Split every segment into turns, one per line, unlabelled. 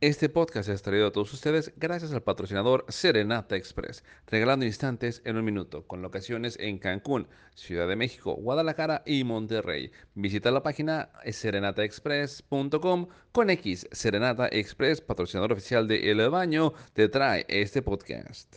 Este podcast es traído a todos ustedes gracias al patrocinador Serenata Express, regalando instantes en un minuto, con locaciones en Cancún, Ciudad de México, Guadalajara y Monterrey. Visita la página serenataexpress.com con X. Serenata Express, patrocinador oficial de El Baño, te trae este podcast.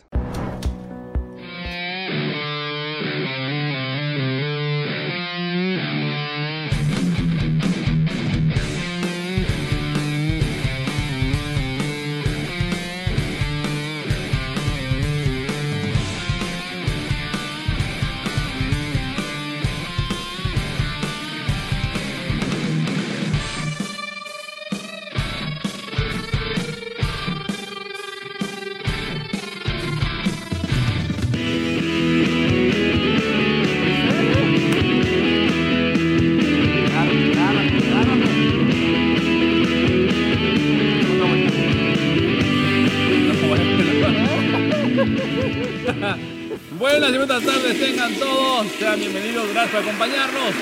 Buenas y buenas tardes tengan todos, sean bienvenidos, gracias por acompañarnos.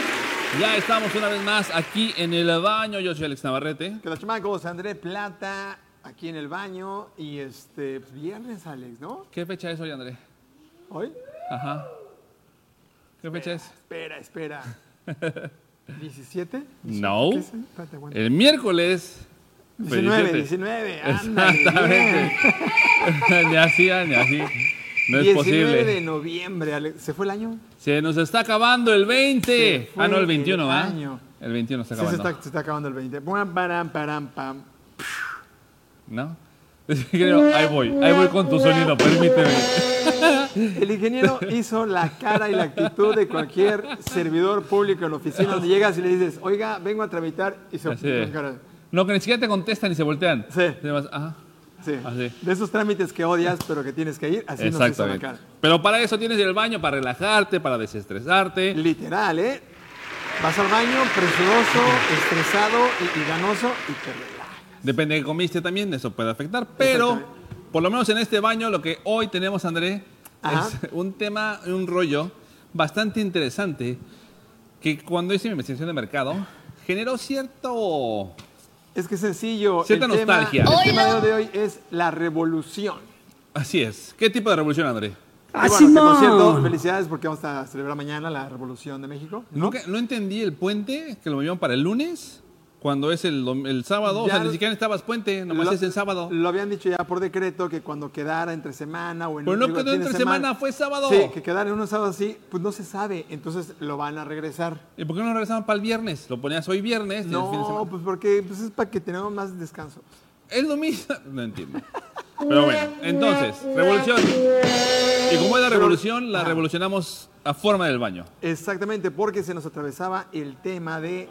Ya estamos una vez más aquí en el baño, yo soy Alex Navarrete.
Que los chamacos, André Plata, aquí en el baño. Y este, pues, viernes, Alex, ¿no?
¿Qué fecha es hoy, André?
¿Hoy?
Ajá. ¿Qué fecha es?
Espera, espera. ¿17?
No. Eh,
¿Qué es? Espérate, aguanta.
El miércoles.
19,
17.
19, ándale.
Exactamente. ni así, ah, ni así. No es
19
posible.
de noviembre, Alex. ¿Se fue el año?
Se nos está acabando el 20.
Se fue
Ah, no, el
el
21, ¿va?
año.
El 21 está
Sí, se
acabando.
está, se está acabando el 20. Pam, param, param, pam.
¿No? ahí voy, ahí voy con tu sonido, permíteme.
El ingeniero hizo la cara y la actitud de cualquier servidor público en la oficina donde llegas y le dices, oiga, vengo a tramitar. Y se
Así de-
con cara-
No, que ni siquiera te contestan y se voltean.
Sí.
Y demás, ajá.
Sí.
Así.
De esos trámites que odias, pero que tienes que ir, así nos hizo la
Exactamente.
cara.
Pero para eso tienes el baño, para relajarte, para desestresarte.
Literal, ¿eh? Vas al baño presuroso, estresado y, y ganoso y te relajas.
Depende de qué comiste también, eso puede afectar. Pero, por lo menos en este baño, lo que hoy tenemos, André,
Ajá.
es un tema, un rollo bastante interesante que cuando hice mi investigación de mercado generó cierto...
Es que es sencillo.
Cierta
el tema-
nostalgia.
el tema de hoy, de hoy es la revolución.
Así es. ¿Qué tipo de revolución, André?
Y bueno, que, por cierto, felicidades porque vamos a celebrar mañana la revolución de México.
Nunca, no entendí el puente que lo movieron para el lunes, cuando es el, dom- el
Ya
sábado. o sea, ni
lo-
siquiera estabas puente, nomás
Lo-
pues es el sábado.
Lo habían dicho ya por decreto que cuando quedara entre semana o en
Pero no
digo,
quedó
fin de
entre semana, fue sábado.
Sí, que quedara en un sábado así, pues no se sabe. Entonces lo van a regresar.
¿Y por qué no regresaban para el viernes? Lo ponías hoy viernes. tienes fin de
No,
semana.
pues porque pues es para que tengamos más descanso.
Es lo mismo. No entiendo. Pero bueno, entonces, revolución. Y como es la revolución, la
Ajá.
revolucionamos a forma del baño.
Exactamente, porque se nos atravesaba el tema de...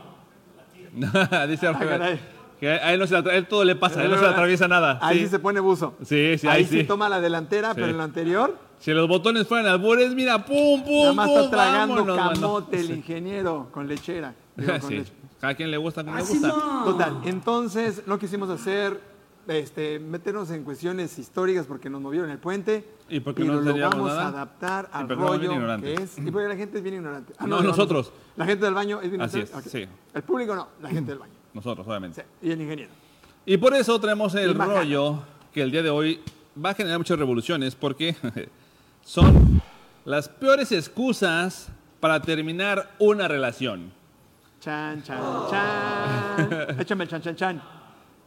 Dice Rafael
caray. Eh,
que a él, no se le atra- a él todo le pasa, a él no se le atraviesa nada.
Ahí sí,
Sí.
se pone buzo.
Sí, sí, ahí
ahí
sí.
toma la delantera, pero en lo anterior,
Si los botones fueran albures, mira, pum, pum,
nada más está
pum,
tragando
vámonos, mano.
camote el ingeniero con lechera. Digo, con
Sí.
leche.
A quien le gusta, como le gusta.
Total, entonces no quisimos hacer, este, meternos en cuestiones históricas porque nos movieron el puente.
Y porque
pero
no
lo
entendíamos
vamos
nada.
a adaptar
Y
al
porque somos
rollo
bien
que
ignorantes.
es. Y porque la gente es bien ignorante. Ah,
No, nosotros.
La gente del baño es bien
Así
ignorante.
es,
Ok.
sí.
El público no, la gente del baño.
Nosotros, obviamente.
Sí, Y el ingeniero.
Y por eso traemos el
Y Maca.
rollo que el día de hoy va a generar muchas revoluciones porque son las peores excusas para terminar una relación.
Chan, chan, chan. Échame el chan, chan, chan.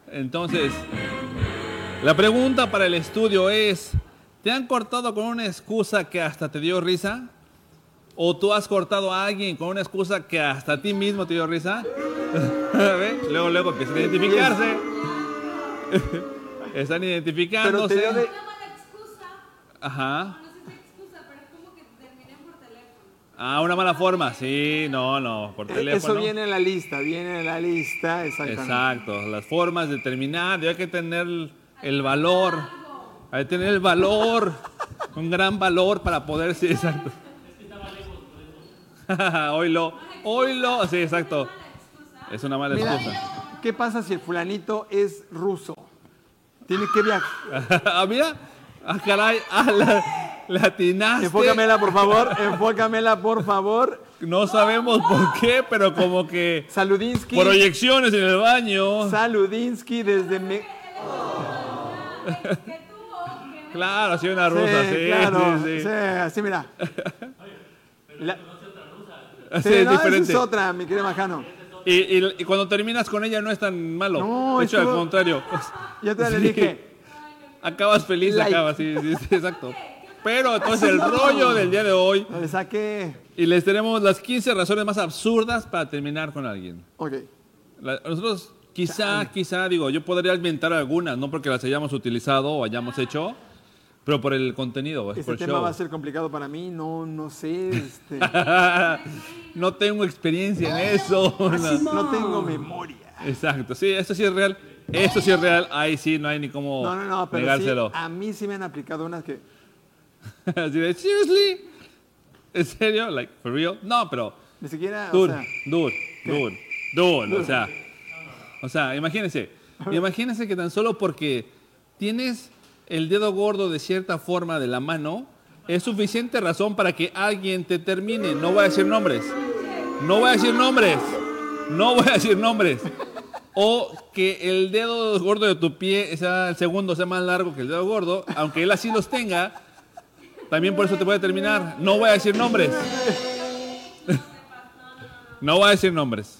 Entonces, la pregunta para el estudio es, ¿te han cortado con una excusa que hasta te dio risa? ¿O tú has cortado a alguien con una excusa que hasta a ti mismo te dio risa? ¿Ve? Luego, luego empiezan a identificarse. Están
Pero
identificándose.
te dio de-
Daba la excusa,
Ajá.
no sé si excusa, pero es como que terminé por teléfono.
Ah, una mala forma. Sí, no, no, por teléfono.
E-, Eso viene en la lista, viene en la lista, exactamente.
Exacto, las formas de terminar, y hay que tener el valor, hay que tener el valor, un gran valor para poder, sí, exacto. oilo, oilo, sí, exacto. Es una mala excusa.
Mira, ¿qué pasa si el fulanito es ruso? Tiene que viajar.
ah, mira, ah, caray, ah, la, la atinaste.
Enfócamela, por favor, enfócamela, por favor.
No sabemos por qué, pero como que
Saludinsky,
proyecciones en el baño.
Saludinsky desde... Me-
que tuvo que me
Claro, sí, una rusa, sí,
claro,
sí, sí.
sí, así mira. La-
Sí,
Sí,
es
no, esa
diferente.
es otra, mi querido Majano.
Y, y- y cuando terminas con ella no es tan malo.
No,
de hecho,
estuvo-
al contrario.
Yo te le
Sí.
dije,
Acabas feliz,
Like.
acabas, sí, sí, sí, exacto. Pero entonces el rollo del día de hoy,
no le saqué.
y les tenemos las 15 razones más absurdas para terminar con alguien.
Ok.
La- nosotros quizá, quizá, digo, yo podría inventar algunas, no porque las hayamos utilizado o hayamos hecho, pero por el contenido, es
Este
por el
tema
show.
va a ser complicado para mí, no, no sé. Este,
no tengo experiencia en eso.
no tengo memoria.
Exacto, sí, esto sí es real. Esto sí es real, ahí sí, no hay ni cómo
No, no, no, pero sí,
negárselo.
a mí sí me han aplicado unas que.
Así de, seriously, ¿en serio? Like, for real? No, pero,
Ni siquiera, o
dude,
sea,
dude, dude, dude, o sea, o sea, imagínense, imagínense que tan solo porque tienes el dedo gordo de cierta forma de la mano, es suficiente razón para que alguien te termine. No voy a decir nombres, no voy a decir nombres, no voy a decir nombres. O que el dedo gordo de tu pie, sea, el segundo sea más largo que el dedo gordo, aunque él así los tenga, también por eso te puede terminar. No voy a decir nombres. No voy a decir nombres.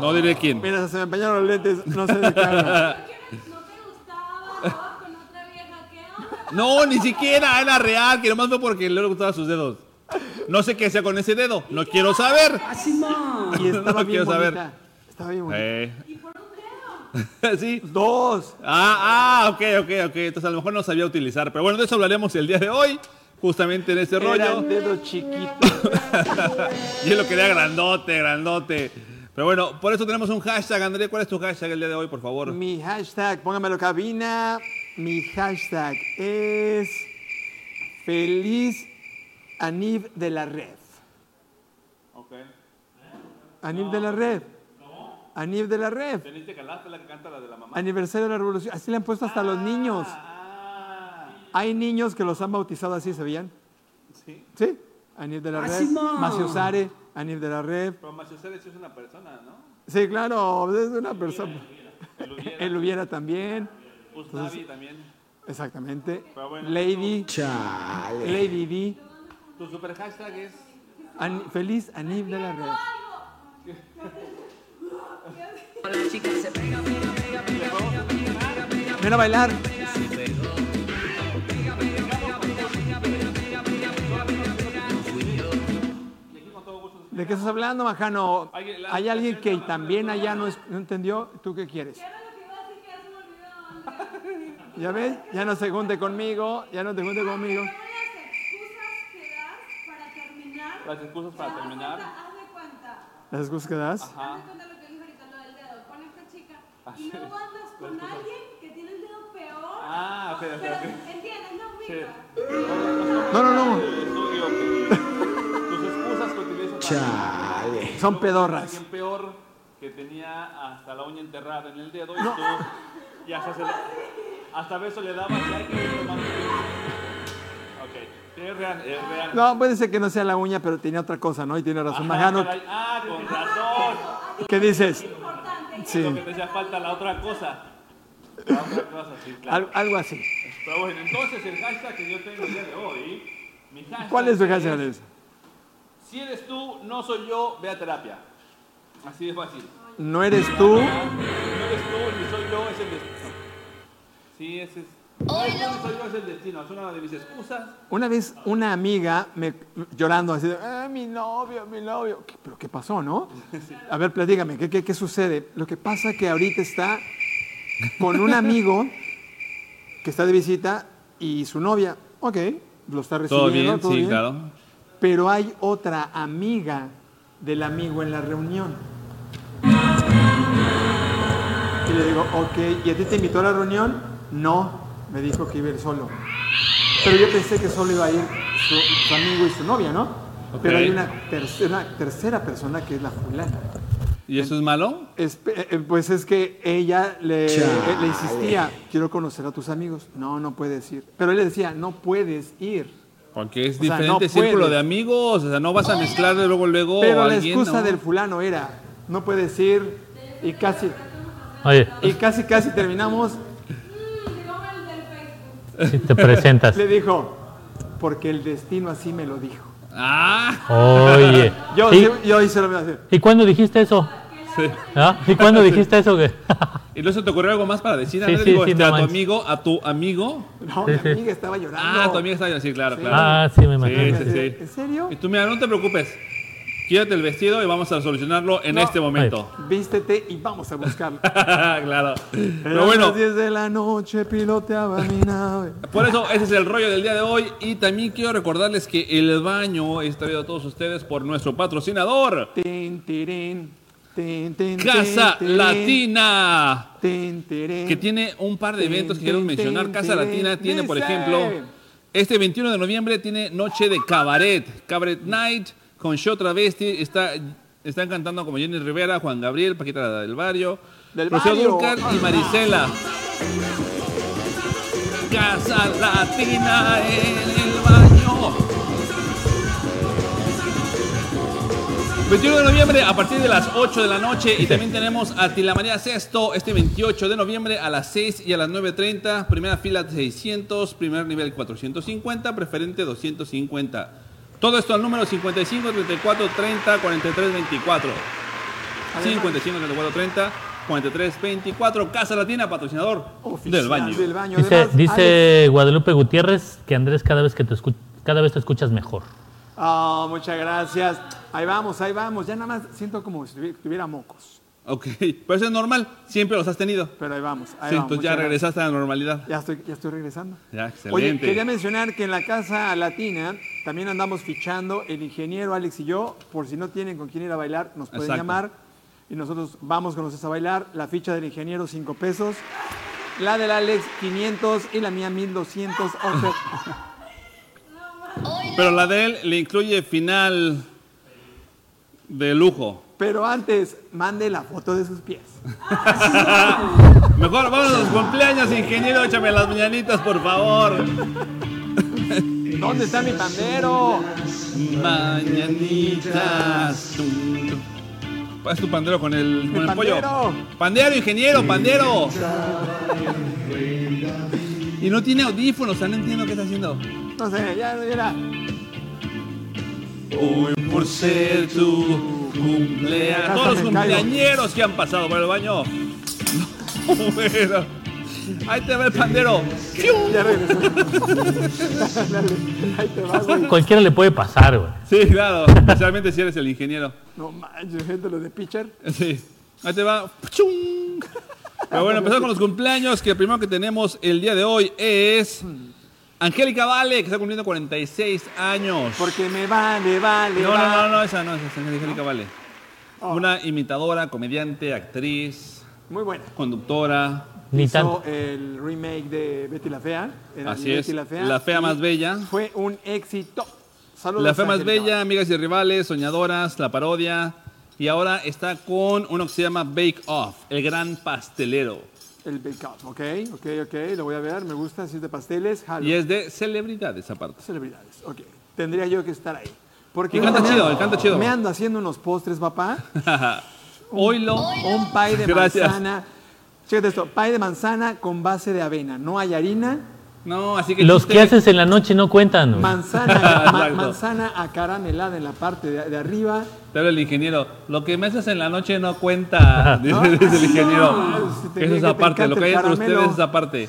No diré quién.
mira, se me empañaron los lentes, no sé de qué hablo.
dijeron, no te gustaba, andabas con otra vieja, ¿qué onda?
No, ni siquiera era real, que nomás fue porque le gustaban sus dedos. No sé qué sea con ese dedo, no quiero saber.
Y estaba
No
bien
quiero saber.
bonita. Estaba bien bonita.
Eh,
Y por un dedo.
sí.
Dos.
Ah, ah, ok, ok, ok. Entonces a lo mejor no sabía utilizar. Pero bueno, de eso hablaremos el día de hoy, justamente en este rollo.
Eran dedos chiquitos.
Y él lo quería grandote, grandote. Pero bueno, por eso tenemos un hashtag, André. ¿Cuál es tu hashtag el día de hoy, por favor?
Mi hashtag, póngamelo cabina. Mi hashtag es feliz Anib de la red. Anib de la red. Anib de la red. Aniversario de la Ah, revolución. Así le han puesto hasta a los niños. Hay niños que los han bautizado así, ¿sabían? Sí. Sí. Anib de la red. Maciosare, Anib de la red.
Pero es una persona, ¿no?
Sí, claro, es una persona. Él hubiera también.
Usnavi también.
Exactamente. Lady. Lady D.
Tu super hashtag es...
An- feliz Anib de la Red. Ven a bailar. ¿De qué estás hablando, Majano? Hay alguien que también allá no, es- no entendió. ¿Tú qué quieres?
Era lo que iba a decir que ya se me olvidó. Andrea.
¿Ya ves? Ya no se junte conmigo. Ya no te junte conmigo.
Pero las excusas que das para terminar.
Las excusas para
haz de
terminar.
cuenta- Haz de cuenta.
¿Las excusas que das?
Haz de cuenta lo que dijo ahorita, lo del dedo. Con esta chica. Y luego andas con alguien que tiene el dedo peor.
Ah, ok, ok,
Pero
ok.
entiendes, no ubicas.
No, no, no.
Tus excusas que utilizas para...
Son pedorras.
Alguien peor que tenía hasta la uña enterrada en el dedo y tú... Y hasta, se le- hasta beso le dabas y hay que... Ok, es real, es real.
No, puede ser que no sea la uña, pero tenía otra cosa, ¿no? Y tiene razón. Majano,
Caray, Ah, con razón.
¿qué dices?
Importante. ya
Sí,
Lo que te hacía falta la otra cosa. La otra cosa, sí, claro.
al- algo así.
Pero bueno, entonces el hashtag que yo tengo el día de hoy, mi hashtag
¿Cuál es tu hashtag? Alex?
Si eres tú, no soy yo, ve a terapia. Así de fácil.
No eres tú.
No eres tú, ni soy yo, es el destino. Sí, ese es. No eres tú, ni soy yo, es el destino. Es una de mis excusas.
Una vez una amiga me llorando así de, "Ah, mi novio, mi novio. ¿Qué- ¿Pero qué pasó, no? A ver, platícame, ¿qué, qué, qué sucede? Lo que pasa que ahorita está con un amigo que está de visita y su novia. Ok, lo está recibiendo. Pero hay otra amiga del amigo en la reunión. Y le digo, ok, ¿y a ti te invitó a la reunión? No, me dijo que iba a ir solo. Pero yo pensé que solo iba a ir su, su amigo y su novia, ¿no? Pero
Ok.
hay una tercera, tercera persona que es la fulana.
¿Y eso es malo?
Espe- eh, eh, pues es que ella le, eh, le insistía, quiero conocer a tus amigos. No, no puedes ir. Pero él le decía, no puedes ir.
Porque es
O sea, no
diferente círculo
puedes.
de amigos, o sea, no vas a mezclar de luego luego
Pero
a
la
alguien,
excusa
¿no?
del fulano era, no puedes ir y casi...
Oye,
Y casi, casi terminamos.
Mm, digo, el del Facebook.
si te presentas.
Le dijo, porque el destino así me lo dijo.
Ah,
Oye.
Yo,
¿Y,
sí- yo hice lo mismo. así.
¿y cuándo dijiste eso?
sí.
¿Ah? ¿Y cuándo dijiste eso? que-
¿Y luego se te ocurrió algo más para decir?
Sí,
Andrés?
sí,
Digo,
sí,
este,
no
a tu
manches.
amigo, a tu amigo.
No,
Sí,
mi
sí.
amiga estaba llorando.
Ah, tu amiga está así, claro,
Sí.
claro.
Ah, sí, me imagino.
Sí, sí,
¿En
sí.
serio?
Y tú, mira, no te preocupes. Quítate el vestido y vamos a solucionarlo en
No.
este momento.
Vístete y vamos a buscarlo.
claro. Pero
Eran
bueno,
las 10 de la noche piloteaba mi nave.
Por eso, ese es el rollo del día de hoy. Y también quiero recordarles que el baño es traído a todos ustedes por nuestro patrocinador,
Tin, tirín, tin, tin,
Casa
tin, tirín,
Latina,
tin, tirín.
que tiene un par de eventos que queremos mencionar. Casa Latina tiene, por
Dice.
ejemplo, este 21 de noviembre tiene Noche de Cabaret, Cabaret Night, con show travesti. Está, están cantando como Jenny Rivera, Juan Gabriel, Paquita del Barrio,
Del
Rocío
Barrio.
Dúrcal y Marisela. Casa Latina en el baño. 21 de noviembre a partir de las 8 de la noche y también tenemos a Tila María Sexto este 28 de noviembre a las 6 y a las 9.30, primera fila 600, primer nivel 450, preferente 250. Todo esto al número 55 34 30 43 24. 55 34 30 43 24, Casa Latina, patrocinador
Oficial
del baño.
Del baño.
Dice,
Además, Alex-
dice Guadalupe Gutiérrez que Andrés cada vez que te escu- cada vez te escuchas mejor.
Ah, muchas gracias. Ahí vamos, ahí vamos. Ya nada más siento como si tuvi- tuviera mocos.
Ok, pero eso es normal, siempre los has tenido.
Pero ahí vamos. Ahí vamos,
Sí, entonces ya
muchas gracias.
regresaste a la normalidad.
Ya estoy, ya estoy regresando.
Ya,
Oye,
excelente.
quería mencionar que en la Casa Latina también andamos fichando el ingeniero Alex y yo, por si no tienen con quién ir a bailar, nos pueden
Exacto.
llamar y nosotros vamos con ustedes a bailar. La ficha del ingeniero, 5 pesos. La del Alex, 500 y la mía, 1200. O sea,
Pero la de él le incluye final de lujo.
pero antes, mande la foto de sus pies.
Mejor vamos a los cumpleaños, ingeniero, échame las mañanitas, por favor.
¿Dónde está mi pandero?
Mañanitas. Tum, tum. Haz tu pandero con el, con
El
el pollo.
pandero.
Pandero, ingeniero, pandero. Y no tiene audífonos, o sea, no entiendo qué está haciendo.
No sé, ya, mira.
Por ser tu cumpleaños.
Hasta
Todos los
me caigo.
cumpleañeros que han pasado por el baño. Bueno. Ahí te va el pandero. ¡Fiu!
Ya regresó. Dale, ahí te vas, güey.
Cualquiera le puede pasar, güey.
Sí, claro. Especialmente si eres el ingeniero.
No manches, gente, los de pitcher.
Sí. Ahí te va. ¡Pachung! Pero bueno, empezamos con los cumpleaños, que el primero que tenemos el día de hoy es Angélica Vale, que está cumpliendo 46 años.
Porque me vale, vale,
No,
vale.
no, no, no, esa no, esa es Angélica Vale. Una imitadora, comediante, actriz,
Muy buena.
conductora.
Ni
Hizo
tanto.
el remake de Betty la Fea. era
Así
Betty
es, La Fea
y
Más Bella.
Fue un éxito. Saludos.
La fe más
Angélica.
bella, amigas y rivales, soñadoras, la parodia. Y ahora está con uno que se llama Bake Off, el gran pastelero.
El Bake Off, ok, ok, ok. Lo voy a ver, me gusta, si es de pasteles, jalo.
Y es de celebridades aparte.
Celebridades, ok. Tendría yo que estar ahí. Porque
Y canta
me
chido,
ando-
y canta chido.
Me ando haciendo unos postres, papá.
Oilo.
Un pie de
Gracias.
manzana. Chécate esto, pie de manzana con base de avena. No hay harina,
No, así que.
Los
chiste-
que haces en la noche no cuentan. güey.
Manzana, ma-
Exacto.
manzana acaramelada en la parte de, de arriba.
Te habla el ingeniero. Lo que me haces en la noche no cuenta. Dice, dice el ingeniero.
Si te diga
Eso es
que te
aparte. Lo
encanta
que hay
el
entre ustedes
caramelo.
es aparte.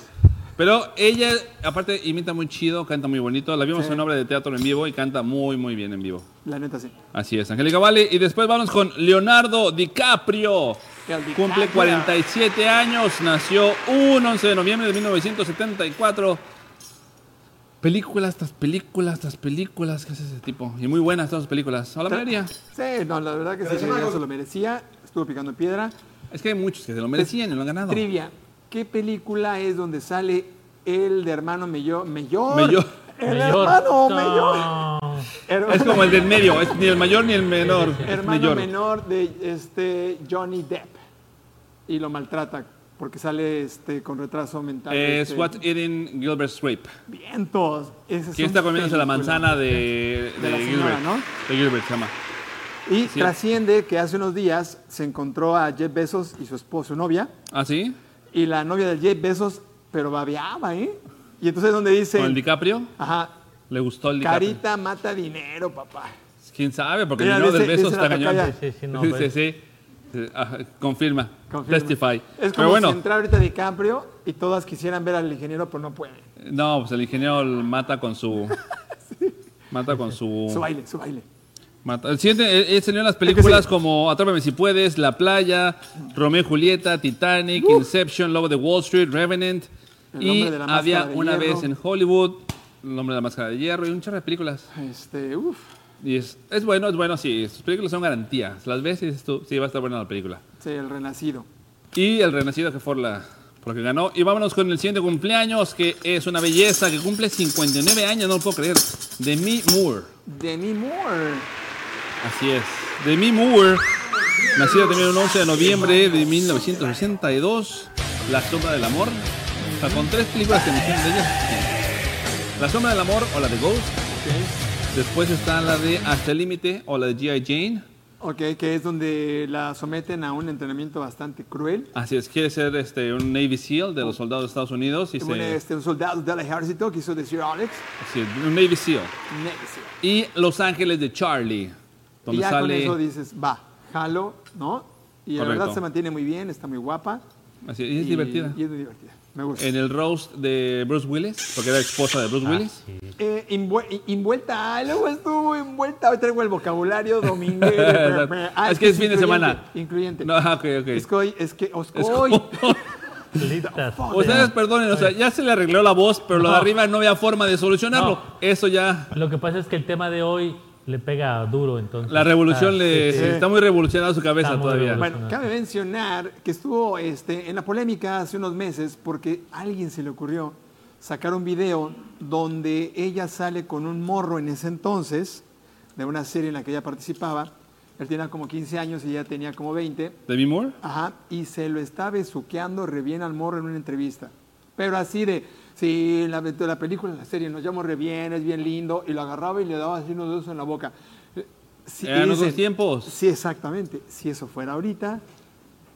Pero ella, aparte, imita muy chido, canta muy bonito. La vimos en obra de teatro en vivo y canta muy, muy bien en vivo.
La neta sí.
Así es, Angélica Vale. Y después vamos con Leonardo DiCaprio.
El DiCaprio.
Cumple 47 años, nació un 11 de noviembre de 1974. Películas tras películas tras películas que hace ese tipo. Y muy buenas todas sus películas. A la mayoría.
Sí, no, la verdad que sí, ya se lo merecía. Estuvo picando piedra.
Es que hay muchos que se lo merecían y lo han ganado.
Trivia, ¿qué película es donde sale el de hermano Mellor? Mellor.
Mellor.
El
Mayor.
hermano
No.
Mellor. Hermano,
Es como el del medio, es ni el mayor ni el menor. Es
hermano
mayor.
menor de este Johnny Depp. Y lo maltrata porque sale este con retraso mental.
Es
este,
What's Eating Gilbert Grape.
Vientos. Ese es
¿Quién
un
está comiéndose
película.
la manzana de,
De la
de
señora,
Gilbert?
¿no?
De Gilbert, se llama.
Y
Sí.
trasciende que hace unos días se encontró a Jeff Bezos y su esposa, su novia,
¿Ah, sí?
y la novia de Jeff Bezos, pero babeaba, ¿eh? Y entonces donde
¿Con el
dice,
DiCaprio?
ajá,
¿Le gustó el DiCaprio?
carita mata dinero, papá.
¿Quién sabe? Porque
Mira,
el dinero
dice-
del beso
dice
está
la
cañón.
tocaya.
Sí, sí, no,
sí, sí,
pues.
sí. Sí, ajá, Confirma.
Confirma.
Testify.
Es
Pero
como
bueno,
si entrara ahorita DiCaprio y todas quisieran ver al ingeniero, pero no pueden.
no, pues el ingeniero el mata con su... Mata con su...
Su baile, su baile.
mata- El siguiente, él, él salió en las
que
películas
sí.
como Atrápame si puedes, La Playa, Romeo y Julieta, Titanic, Inception, Lobo de Wall Street, Revenant.
Uh. El
Y
hombre de la máscara
había
de
una
hierro.
vez en Hollywood, El hombre de la máscara de hierro y un chorro de películas.
Este, uff,
Y es, es bueno, es bueno, sí. Sus películas son garantías. Las ves y dices tú, sí, va a estar buena la película.
sí, el renacido.
Y el Renacido que fue la, por la que ganó. Y vámonos con el siguiente cumpleaños, que es una belleza, que cumple 59 años, no lo puedo creer. Demi Moore.
Demi Moore.
Así es. Demi Moore, nacida también el 11 de noviembre de 1962. La Sombra del Amor. O sea, con tres películas que me hicieron de ella. La Sombra del Amor o la de Ghost. Después está la de Hasta el Límite o la de G.I. Jane.
Ok, que es donde la someten a un entrenamiento bastante cruel.
Así es, quiere ser este, un Navy SEAL de los soldados de Estados Unidos. Y
Un,
se,
este, un soldado del ejército quiso decir Alex,
sí, un Navy SEAL.
necio.
Y Los Ángeles de Charlie,
Y
donde
ya con eso
sale.
dices, va, jalo, ¿no? Y la
Correcto.
verdad se mantiene muy bien, está muy guapa.
Así, y es
Y-
divertida. Eh.
Y es muy divertida. Me gusta.
En el roast de Bruce Willis, porque era esposa de
Ah,
Bruce Willis.
Eh, invue- envuelta, ay, luego estuvo envuelta. Hoy traigo el vocabulario dominguero. Ah,
es que es fin de
incluyente,
semana.
Incluyente.
No, ah, ok, ok.
Es que hoy, es que os-
Es
hoy,
como-
Listas.
Ustedes perdonen, o sea, ya se le arregló la voz, pero lo de arriba no había forma de solucionarlo.
No.
Eso ya.
Lo que pasa es que el tema de hoy le pega duro, entonces.
La revolución
Ah,
le
sí, sí.
está muy revolucionada su cabeza
Está muy
todavía.
revolucionada.
Bueno, cabe mencionar que estuvo este, en la polémica hace unos meses porque a alguien se le ocurrió sacar un video donde ella sale con un morro en ese entonces, de una serie en la que ella participaba. Él tenía como 15 años y ella tenía como 20.
Demi Moore.
Ajá, y se lo está besuqueando re bien al morro en una entrevista. Pero así de, sí, la, de la película, la serie, nos llamo re bien, es bien lindo, y lo agarraba y le daba así unos dedos en la boca. Eh, Sí,
Eran
y
otros
dicen,
tiempos.
Sí, exactamente. Si eso fuera ahorita,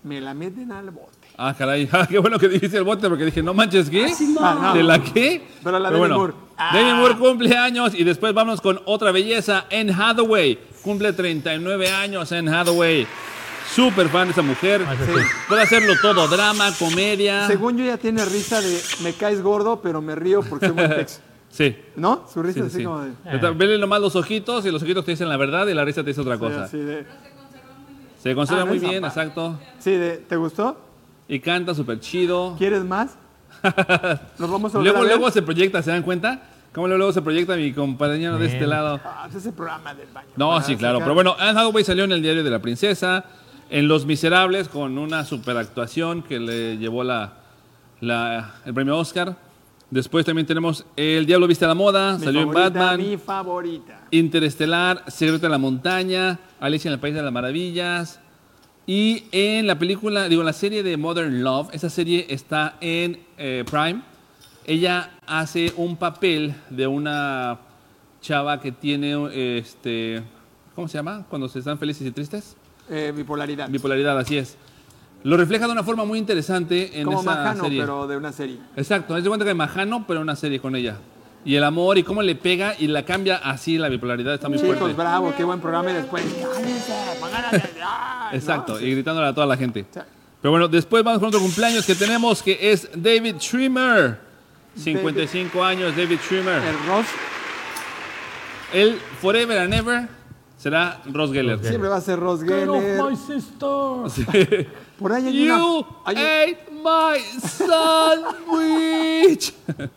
me la meten al bote.
Ah, caray. Ah, qué bueno que dijiste el bote porque dije, no manches, ¿qué?
Ah, no.
¿De la qué?
Pero la Demi Moore. Ah.
Demi Moore cumple años y después vamos con otra belleza, Anne Hathaway. Cumple 39 años Anne Hathaway. Súper fan de esa mujer.
Ah,
Sí.
sí.
Puede hacerlo todo, drama, comedia.
Según yo ya tiene risa de, me caes gordo, pero me río porque soy buen pex.
Sí.
¿No? Su risa
Sí,
así
sí.
como de...
Eh.
Está- Vele nomás los ojitos y los ojitos te dicen la verdad y la risa te dice otra cosa.
así de-
Se conserva
Ah, no
muy
es
bien,
zapa.
exacto.
sí, de, ¿te gustó?
Y canta súper chido.
¿Quieres más? Nos vamos a volver
Luego,
a ver?
luego se proyecta, ¿se dan cuenta? ¿Cómo luego luego se proyecta mi compañero de este
Bien.
lado?
Ah, pues ese programa del baño.
No,
para
sí, claro.
sacar-
Pero bueno, Anne Hathaway salió en el diario de la princesa, en Los Miserables, con una superactuación que le llevó la, la- el premio Oscar. Después también tenemos El Diablo Viste a la Moda,
Mi
salió
favorita,
en Batman,
Mi favorita.
Interestelar, Secreto de la Montaña, Alicia en el País de las Maravillas. Y en la película, digo, en la serie de Modern Love, esa serie está en eh, Prime. Ella hace un papel de una chava que tiene, este, ¿cómo se llama? Cuando se están felices y tristes.
Eh, bipolaridad.
Bipolaridad, así es. Lo refleja de una forma muy interesante en
Como
esa
Majano,
serie.
pero de una serie.
Exacto, haz de cuenta que Majano, pero una serie con ella. Y el amor y cómo le pega y la cambia así, la bipolaridad está muy
Chicos,
fuerte.
bravo, qué buen programa. Y después, "Cállense, pónganle- ay", ¿no?
Exacto,
Sí.
y gritándole a toda la gente.
Sí.
Pero bueno, después vamos con otro cumpleaños que tenemos que es David Trimmer. 55 años, David Trimmer.
El Ross
El Forever and Ever será Ross Geller.
Ross
siempre va a ser Ross
Get
Geller.
off my sister.
Por ahí hay
You
una. hay-
ate my sandwich.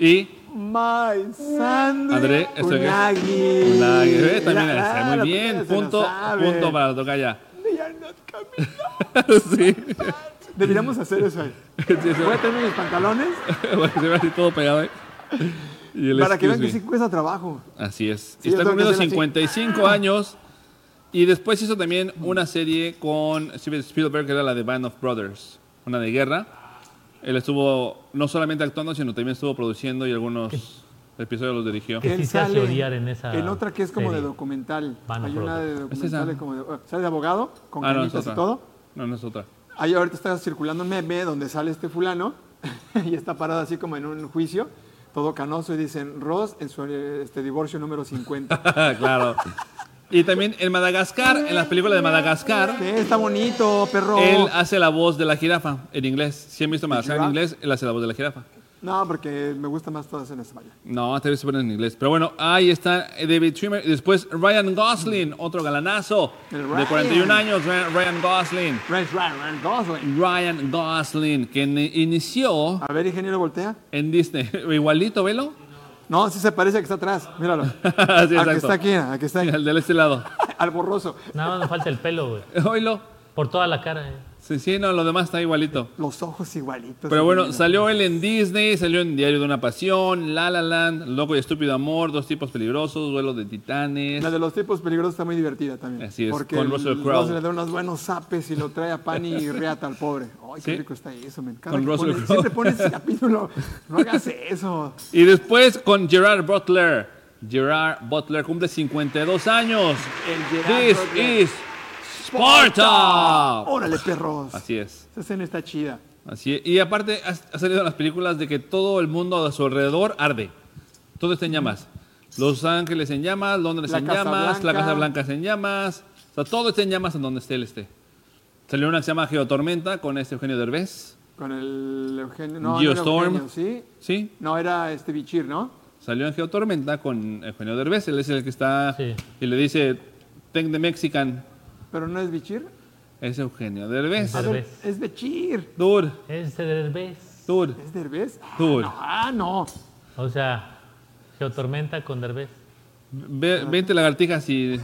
y
My sandwich.
André, esto que es-
Unagi.
la eh, también
La-
hace muy
la
bien.
tocaya se lo
Punto,
sabe.
punto para la tocaya.
They are not coming.
sí.
Deberíamos hacer eso ahí.
Sí, sí.
Voy a tener mis pantalones
Bueno, se ve así todo pegado, ¿eh? Y el
para que vean que
excuse
sí
me.
cuesta trabajo.
Así es.
Sí, yo
Está
tengo que
cumpliendo
hacer así. Ah.
55 años. Y después hizo también una serie con Steven Spielberg, que era la de Band of Brothers, una de guerra. Él estuvo no solamente actuando, sino también estuvo produciendo y algunos El episodio los dirigió.
Que sí se hace odiar en esa
en otra que es como
serie.
de documental.
Van
Hay
por
una
otro.
de
Es
documental
esa.
de como de, ah, sale de abogado con
Ah, no, es
canitas
otra.
y todo.
No, no es otra.
Ahí ahorita está circulando un meme donde sale este fulano y está parado así como en un juicio, todo canoso y dicen Ross en su eh, este divorcio número 50.
claro. Y también en Madagascar, en las películas de Madagascar,
¿Qué? Está bonito, perro.
él hace la voz de la jirafa en inglés. Si han visto Madagascar en
Giraffe.
inglés, él hace la voz de la jirafa.
No, porque me gusta más todas en español.
No, te se ponen en inglés. Pero bueno, ahí está eh, David Trimmer. Y después Ryan Gosling, otro galanazo
El
de
Ryan.
41 años, Ryan- Ryan Gosling.
Ryan- Ryan Gosling.
Ryan Gosling, que ni- inició
A ver, ingeniero, voltea.
en Disney. Igualito, velo.
No, sí se parece que está atrás. Míralo.
Sí,
al que
exacto.
está aquí, al que está aquí.
El de este lado.
Al borroso.
Nada más me falta el pelo, güey.
Oílo.
Por toda la cara, eh.
Sí, sí, no, lo demás está igualito.
Los ojos igualitos.
Pero bueno,
Mira.
salió él en Disney, salió en Diario de una Pasión, La La Land, Loco y Estúpido Amor, Dos Tipos Peligrosos, Duelo de Titanes.
La de los tipos peligrosos está muy divertida también.
Así es,
porque
con
el
Russell Crowe.
Crowe. le da unos buenos zapes y lo trae a Pani y Reata al pobre. Ay, qué
Sí.
rico está eso, me encanta.
Con
que
Russell
pone-
Crowe.
Siempre pones ese capítulo. No hagas eso.
Y después con Gerard Butler. Gerard Butler cumple 52 años.
El Gerard
This
Butler.
is Sparta.
Órale, perros.
Así es.
Esa escena está chida.
Así es. Y aparte ha ha salido en las películas de que todo el mundo a su alrededor arde. Todo está en llamas. Los Ángeles en llamas, Londres
La
en
Casa
llamas, la
Blanca.
Casa Blanca está en llamas. O sea, todo está en llamas en donde esté él esté. Salió una que se llama Geotormenta con este Eugenio Derbez.
Con el Eugenio. No,
Geostorm.
No, era Eugenio, ¿sí?
¿Sí?
no, era este Bichir, ¿no?
Salió en Geotormenta con Eugenio Derbez. Él es el que está
Sí.
y le dice, Take the Mexican.
Pero no es Bichir.
Es Eugenio Derbez.
A ver,
Derbez.
es Bichir.
Dur,
Es de Derbez.
dur.
¿Es Derbez? Ah,
Tú.
no, Ah, no.
O sea, Geotormenta con Derbez.
Ve- 20 lagartijas si,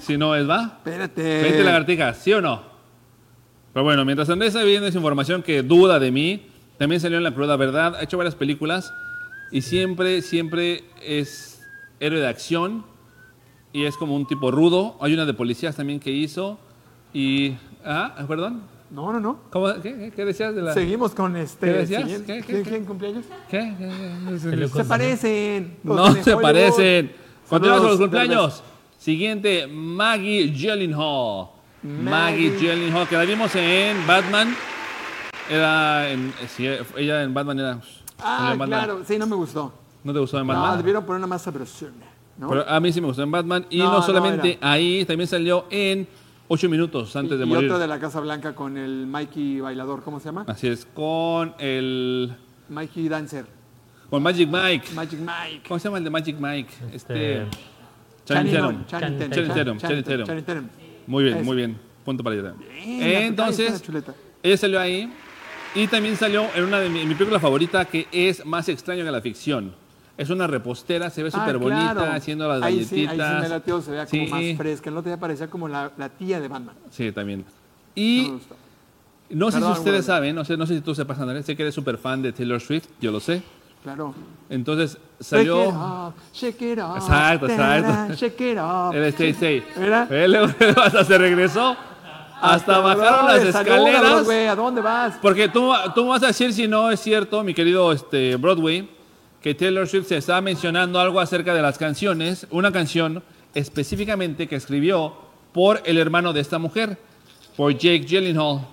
si no es, ¿va?
Espérate.
20 lagartijas, ¿sí o no? Pero bueno, mientras Andrés está viendo esa información que duda de mí, también salió en La Cruda Verdad, ha hecho varias películas y siempre, siempre es héroe de acción y es como un tipo rudo. Hay una de policías también que hizo y... Ah, perdón.
No, no, no.
¿Cómo- qué- qué, qué decías de la...?
Seguimos con este.
¿Qué decías?
siguiente.
¿Qué, qué,
¿Quién-
qué?
¿Quién cumpleaños?
¿Qué? ¿Qué? ¿Qué?
Salió
Se
con-
parecen.
No se parecen. Continuamos con los
Saludos,
cumpleaños. Siguiente, Maggie Gyllenhaal. Maggie
Maggie.
Gyllenhaal, que la vimos en Batman. Era en, eh, sí, ella en Batman era.
Ah,
salió en Batman.
claro. Sí, no me gustó.
¿No te gustó en
No,
Batman?
debieron poner una más sabrosona. ¿no?
Pero a mí sí me gustó en Batman. Y no,
No, no,
solamente ahí, también salió en 8 minutos antes de
y,
morir. Ah.
otra de la Casa Blanca con el Mikey bailador, ¿cómo se llama?
Así es, con el.
Mikey Dancer.
Con Magic Mike.
Magic Mike.
¿Cómo se llama el de Magic Mike? Este.
Este,
Channing Tatum.
Channing Tatum.
Channing
Tatum, Channing Tatum.
Channing Tatum.
Muy bien,
Eso.
muy bien. Punto para ella.
Bien, la aplicada
Entonces,
pues, está chuleta.
ella salió ahí y también salió en una de mi, mi película favorita que es más extraño que la ficción. Es una repostera, se ve
Ah,
súper bonita,
claro.
haciendo las
ahí sí,
galletitas.
ahí sí me latió, se veía como
Sí,
más fresca. El otro día parecía como la, la tía de Batman.
Sí, también.
No
Y
me gustó.
no sé si
Perdón,
ustedes
Warren.
saben, no sé, no sé si tú sepas, Andrés, sé que eres súper fan de Taylor Swift, yo lo sé.
Claro.
Entonces
Shake it
salió...
off, shake it off.
Exacto, exacto.
tarara, Shake it off.
El Stay Stay.
Mira. Ah,
Él hasta se regresó, hasta, bajaron las
Brother, salúdalos,
escaleras.
güey, ¿A dónde vas?
Porque tú, tú vas a decir si no es cierto, mi querido este, Broadway, que Taylor Swift se está mencionando algo acerca de las canciones, una canción específicamente que escribió por el hermano de esta mujer, por Jake Gyllenhaal,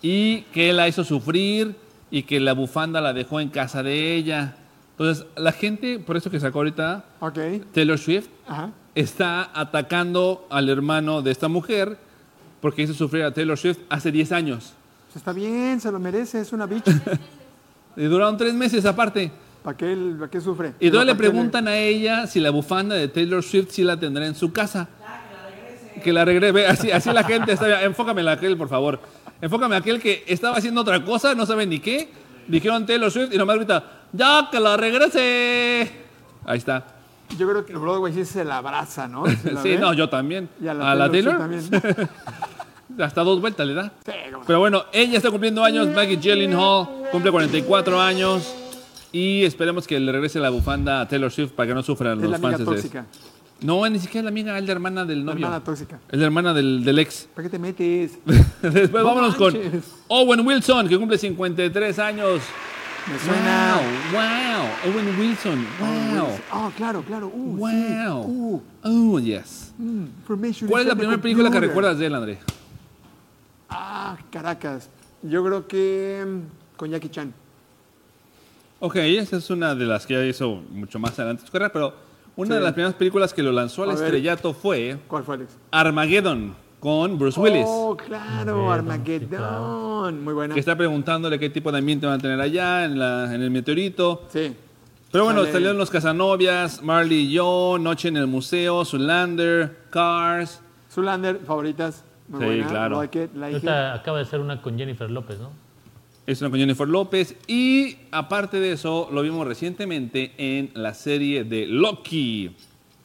y que la hizo sufrir y que la bufanda la dejó en casa de ella. Entonces, la gente, por eso que sacó ahorita
Ok.
Taylor Swift,
Ajá.
está atacando al hermano de esta mujer porque hizo sufrir a Taylor Swift hace 10 años.
Pues está bien, se lo merece, es una bitch.
Y duraron tres meses aparte.
¿Para qué, el- pa' qué sufre?
Y
Pero
entonces le
¿pa' qué
preguntan a ella si la bufanda de Taylor Swift sí la tendrá en su casa. Ah, Que la regrese. Ve, Así, así la gente está. Enfócame a aquel, por favor. Enfócame a aquel que estaba haciendo otra cosa, no sabe ni qué. Dijeron Taylor Swift y nomás grita, ¡Ya que la regrese! Ahí está.
Yo creo que Broadway sí se la abraza, ¿no? Se la
Sí,
ve.
no, yo también.
Y a la
¿A la
Taylor
Taylor?
Swift también.
Hasta dos vueltas le da.
Sí, cómo no.
Pero bueno, ella está cumpliendo años, Maggie Gyllenhaal cumple 44 años y esperemos que le regrese la bufanda a Taylor Swift para que no sufran
Es la
los
amiga
fans de
tóxica.
No, ni siquiera es la amiga, es la hermana del
La
novio.
hermana tóxica.
es la hermana del, del ex.
¿Para qué te metes?
Después
No
vámonos
manches.
con Owen Wilson, que cumple 53 años.
Me suena.
Wow, wow. Owen Wilson. Wow.
Oh, claro, claro. Uh, sí.
Wow.
Uh,
Oh, yes.
mm, information
¿Cuál es
is
la
on the
primera película que
computer.
recuerdas de él, André?
Ah, Caracas. Yo creo que mm, con Jackie Chan.
Ok, esa es una de las que ya hizo mucho más adelante en su carrera, pero una de las primeras películas que lo lanzó al
A ver.
estrellato fue
¿Cuál fue, Alex?
Armageddon con Bruce Willis,
Oh, claro,
Armageddon, sí, claro.
Armageddon. Muy buena.
que está preguntándole qué tipo de ambiente van a tener allá en, la- en el meteorito.
Sí.
Pero bueno,
Sale-
salieron los Casanovias, Marley y yo, Noche en el Museo, Zulander, Cars.
Zulander, favoritas. Muy
Sí,
buena.
claro.
Like it, like it.
Esta acaba de ser una con Jennifer López, ¿no?
Es una con Jennifer López. Y aparte de eso, lo vimos recientemente en la serie de Loki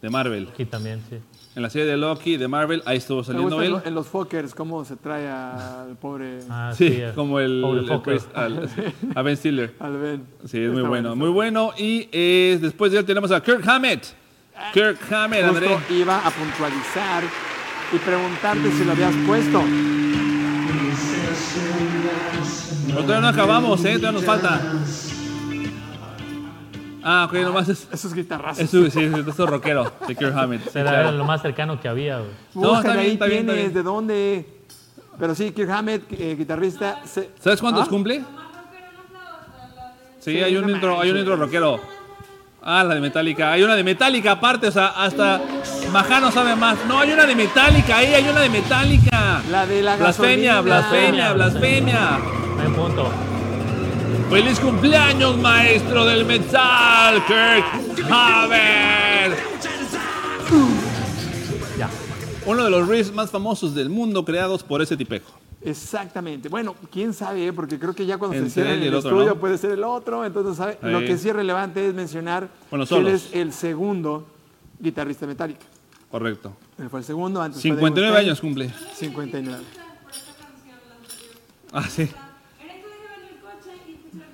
de Marvel.
Aquí también, sí.
En la serie de Loki de Marvel, ahí estuvo
Me
saliendo
gusta en
él.
lo- en los Fockers cómo se trae al pobre
Ah,
Sí,
eh,
como el,
pobre
el ah,
Fokker.
Chris- al- a Ben Stiller.
al Ben.
Sí, es muy
Está
bueno,
está
muy bueno. Y es- después de él tenemos a Kirk Hammett. Kirk Hammett, André.
Justo iba a puntualizar y preguntarte si lo habías puesto.
Pero todavía no acabamos, ¿eh? Todavía nos falta. Ah, ok, nomás es...
Esos guitarrazos.
Es su, sí, es su rockero de Kirk Hammett. sí,
Era,
claro.
era lo más cercano que había, güey.
No,
Búscale,
está bien,
ahí
está bien, está
tienes
bien.
de dónde. Pero sí, Kirk Hammett, eh, guitarrista. se-
¿Sabes cuántos
¿Ah?
cumple? Sí,
Sí,
hay un
no
intro, hay un
manches.
intro rockero. Ah, la de Metallica. Hay una de Metallica aparte, o sea, hasta Majano sabe más. No, hay una de Metallica, ahí hay una de Metallica.
La de la
Blasfemia,
gasolina.
blasfemia,
Blasfemia,
blasfemia.
Buen punto.
¡Feliz cumpleaños, maestro del metal, Kirk Hammett!
Ya.
Uno de los riffs más famosos del mundo creados por ese tipejo.
Exactamente. Bueno, quién sabe, eh? porque creo que ya cuando
Entre
se cierra
él y
el
el otro,
estudio
¿no?
puede ser el otro. Entonces, ¿sabe?
Ahí.
lo que sí es relevante es mencionar
Bueno,
que él
solos.
es el segundo guitarrista metálico.
Correcto.
Él fue el segundo antes. fue Dave
59
Mustaine.
años cumple.
59.
Ah, sí.
Era que venía en el coche y escuchaba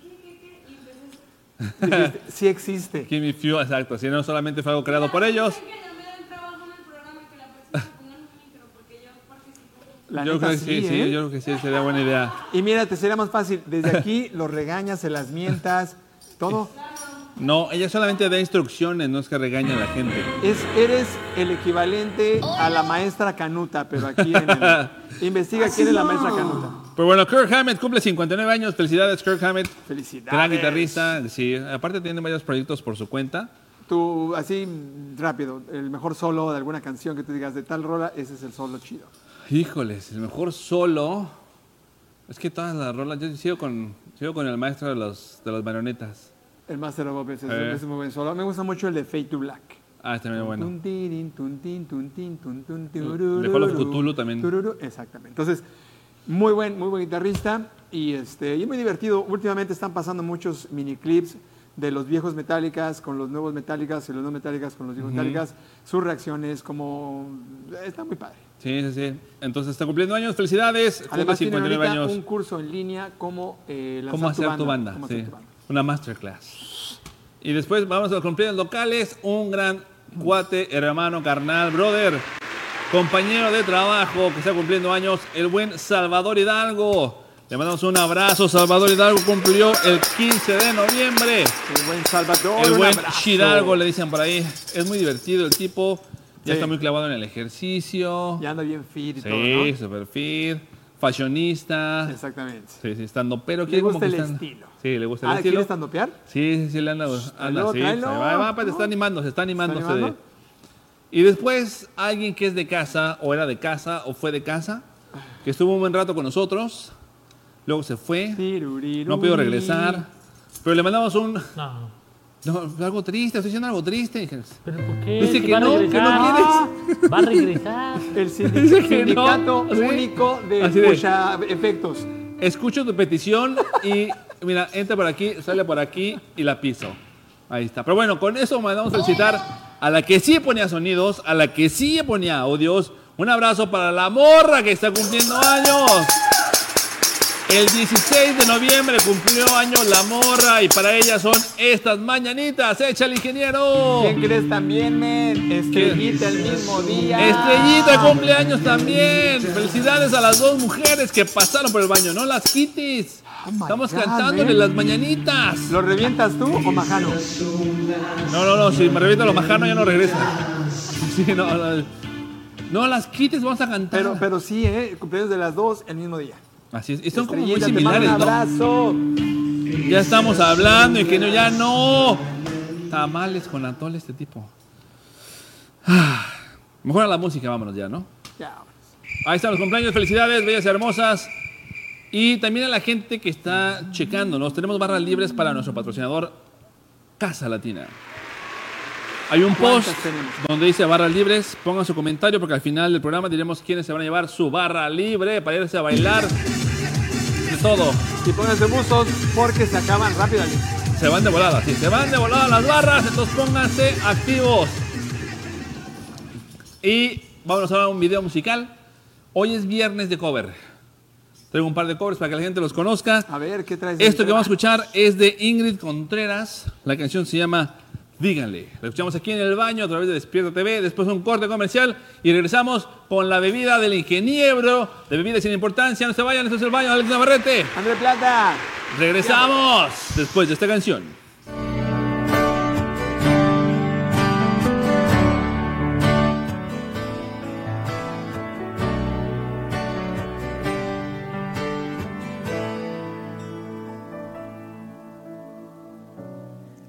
que se dije, ¿qué, qué, qué? Y empecé
Dijiste, sí existe.
Kimmy Few, exacto. Si no solamente fue algo creado por ellos.
que ya me den trabajo en el programa que la próxima pongan un micro porque yo participo.
La
Yo
neta,
creo que sí, sí,
¿eh?
yo creo que sí, sería buena idea.
Y mira, te sería más fácil. Desde aquí los regañas, se las mientas, todo.
No, ella solamente da instrucciones, no es que regañe a la gente.
Es, eres el equivalente a la maestra Canuta, pero aquí en el- Investiga quién es la maestra Canuta.
Pero Pues bueno, Kirk Hammett cumple 59 años. Felicidades, Kirk Hammett.
Felicidades.
Gran guitarrista. Sí, aparte tiene varios proyectos por su cuenta.
Tú, así mm, rápido, el mejor solo de alguna canción que te digas de tal rola, ese es el solo chido.
Híjoles, el mejor solo. Es que todas las rolas. Yo sigo con, sigo con el maestro de los, de las marionetas.
El Master of Puppets es,
Eh.
es muy buen solo. Me gusta mucho el de Fade to Black.
Ah, este también es bueno. Eh,
Tun, tirin, tun, tin, tun, tin, tun, tun,
de Call of Cthulhu también.
tururú. Exactamente. Entonces, muy buen, muy buen guitarrista y este y muy divertido. Últimamente están pasando muchos miniclips de los viejos Metallicas con los nuevos Metallicas y los no Metallicas con los viejos Metallicas. Sus reacciones como está muy padre.
Sí, sí, sí. Entonces está cumpliendo años. Felicidades. Cumple
Además tienen
59
ahorita
años.
un curso en línea como eh, lanzar
¿Cómo hacer tu banda?
cómo
sí.
hacer tu banda.
Una masterclass. Y después vamos a los cumpleaños locales. Un gran cuate, hermano, carnal, brother, compañero de trabajo que está cumpliendo años, el buen Salvador Hidalgo. Le mandamos un abrazo. Salvador Hidalgo cumplió el 15 de noviembre.
El buen Salvador.
El
un
buen
abrazo.
Hidalgo, le dicen por ahí. Es muy divertido el tipo.
Sí.
Ya está muy clavado en el ejercicio.
Ya anda bien fit y
sí,
todo, ¿no?
super fit. Fashionista.
Exactamente.
Sí, sí, estando, pero
Le
quiere como
gusta
que
el
están-
estilo.
Sí, le gusta el
Ah,
estilo.
¿quieres tandopear?
Sí, sí, sí, le anda, anda
tráelo,
sí, se va, va, pues,
¿no?
está animando, se está animando.
¿Está
se de-
animando?
Y después, alguien que es de casa, o era de casa, o fue de casa, que estuvo un buen rato con nosotros, luego se fue, no pudo regresar, pero le mandamos un...
No, no.
no, algo triste, estoy diciendo algo triste.
¿Pero por qué?
Dice
Si
que
va a
no, que no
regresar. Ah, Va a regresar.
El sindi-
Dice que
sindicato
no, ¿sí?
único de
Así de-
escucha efectos.
Escucho tu petición y, mira, entra por aquí, sale por aquí y la piso. Ahí está. Pero bueno, con eso mandamos a felicitar a la que sí ponía sonidos, a la que sí ponía audios. Un abrazo para la morra que está cumpliendo años. El 16 de noviembre cumplió años la morra y para ella son estas mañanitas. ¡Echa el ingeniero!
¿Quién crees también, men? Estrellita el mismo día.
Estrellita cumpleaños también. Felicidades a las dos mujeres que pasaron por el baño. No las quites.
Oh my
Estamos
God, eh.
cantándole
man.
las mañanitas.
¿Lo revientas tú o Majano?
No, no, no, si me revienta lo majano ya no regresa. Sí, no, no, no las quites, vamos a cantar.
Pero, pero sí, ¿eh? Cumpleaños de las dos el mismo día.
Así es, y son como muy
Estrellita, te
similares,
mando
¿no?
un abrazo.
Ya estamos hablando y que no, ya no. Tamales con atole este tipo. Ah, Mejor a la música, vámonos ya, ¿no?
Ya.
Ahí están los cumpleaños, felicidades, bellas y hermosas. Y también a la gente que está checándonos, tenemos barras libres para nuestro patrocinador Casa Latina. Hay un post
¿Cuántas tenemos?
donde dice barras libres, pongan su comentario porque al final del programa diremos quiénes se van a llevar su barra libre para irse a bailar. De todo.
Y pónganse buzos porque se acaban rápido. Alex.
Se van de volada, sí, se van de volada las barras, entonces pónganse activos. Y vámonos ahora a un video musical. Hoy es viernes de cover. Traigo un par de covers para que la gente los conozca.
A ver, ¿qué traes?
Esto que vamos a escuchar es de Ingrid Contreras. La canción se llama Díganle. La escuchamos aquí en el baño a través de Despierta TV. Después un corte comercial y regresamos con la bebida del ingeniero. De bebida sin importancia. No se vayan, esto es el baño de Alex Navarrete.
André Plata.
Regresamos después de esta canción.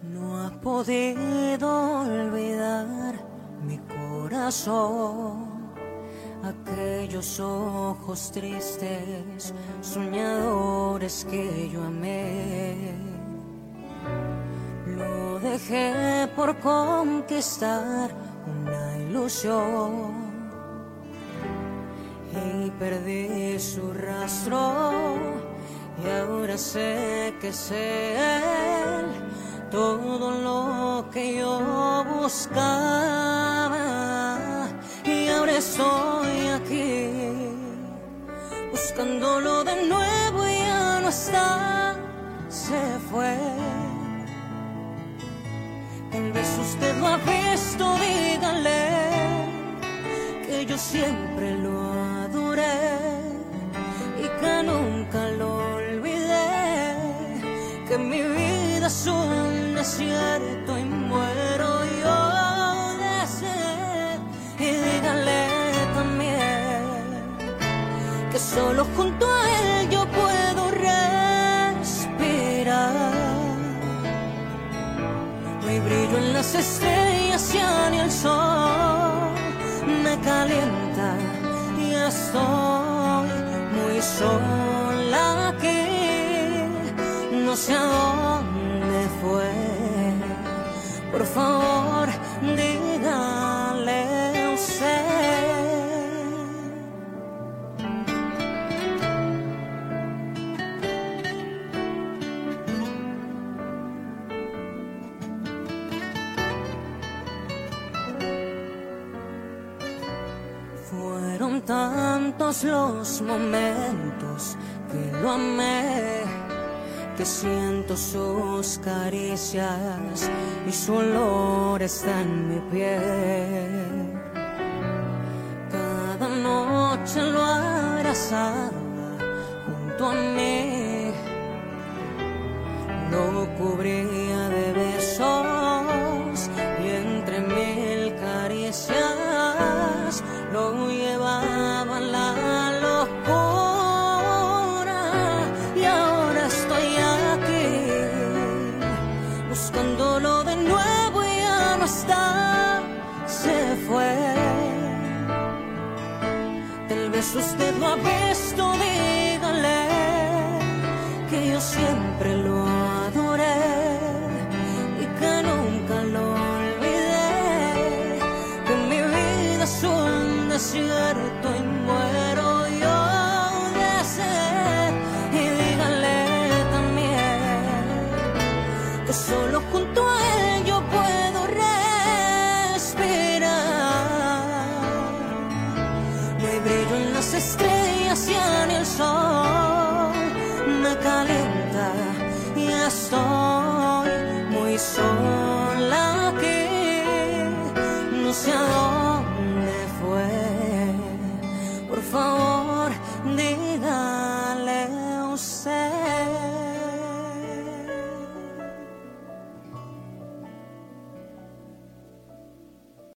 No has podido olvidar mi corazón, aquellos ojos tristes, soñadores que yo amé. Lo dejé por conquistar una ilusión y perdí su rastro y ahora sé que es él todo lo que yo buscaba y ahora estoy aquí buscándolo de nuevo y ya no está se fue Tal vez usted lo ha visto, dígale que yo siempre lo adoré y que nunca lo olvidé. Que mi vida es un desierto y muero yo de sed. Y dígale también que solo junto a él yo puedo respirar. No hay brillo en las estrellas, ya ni el sol me calienta y estoy muy sola aquí. No sé a dónde fue. Por favor, dígale usted. Fueron tantos los momentos que lo amé, que siento sus caricias y su olor está en mi piel. Cada noche lo abrazaba junto a mí lo cubría de besos y entre mil caricias lo llevaba a la locura y ahora estoy aquí buscándolo de nuevo y ya no está, se fue. Tal vez usted lo ha visto, dígale que yo siempre lo adoré y que nunca lo olvidé. Que mi vida es un desierto y muero yo de sed. Y dígale también que solo junto a él yo puedo respirar. No hay brillo en las estrellas y en el sol me calienta y estoy muy sola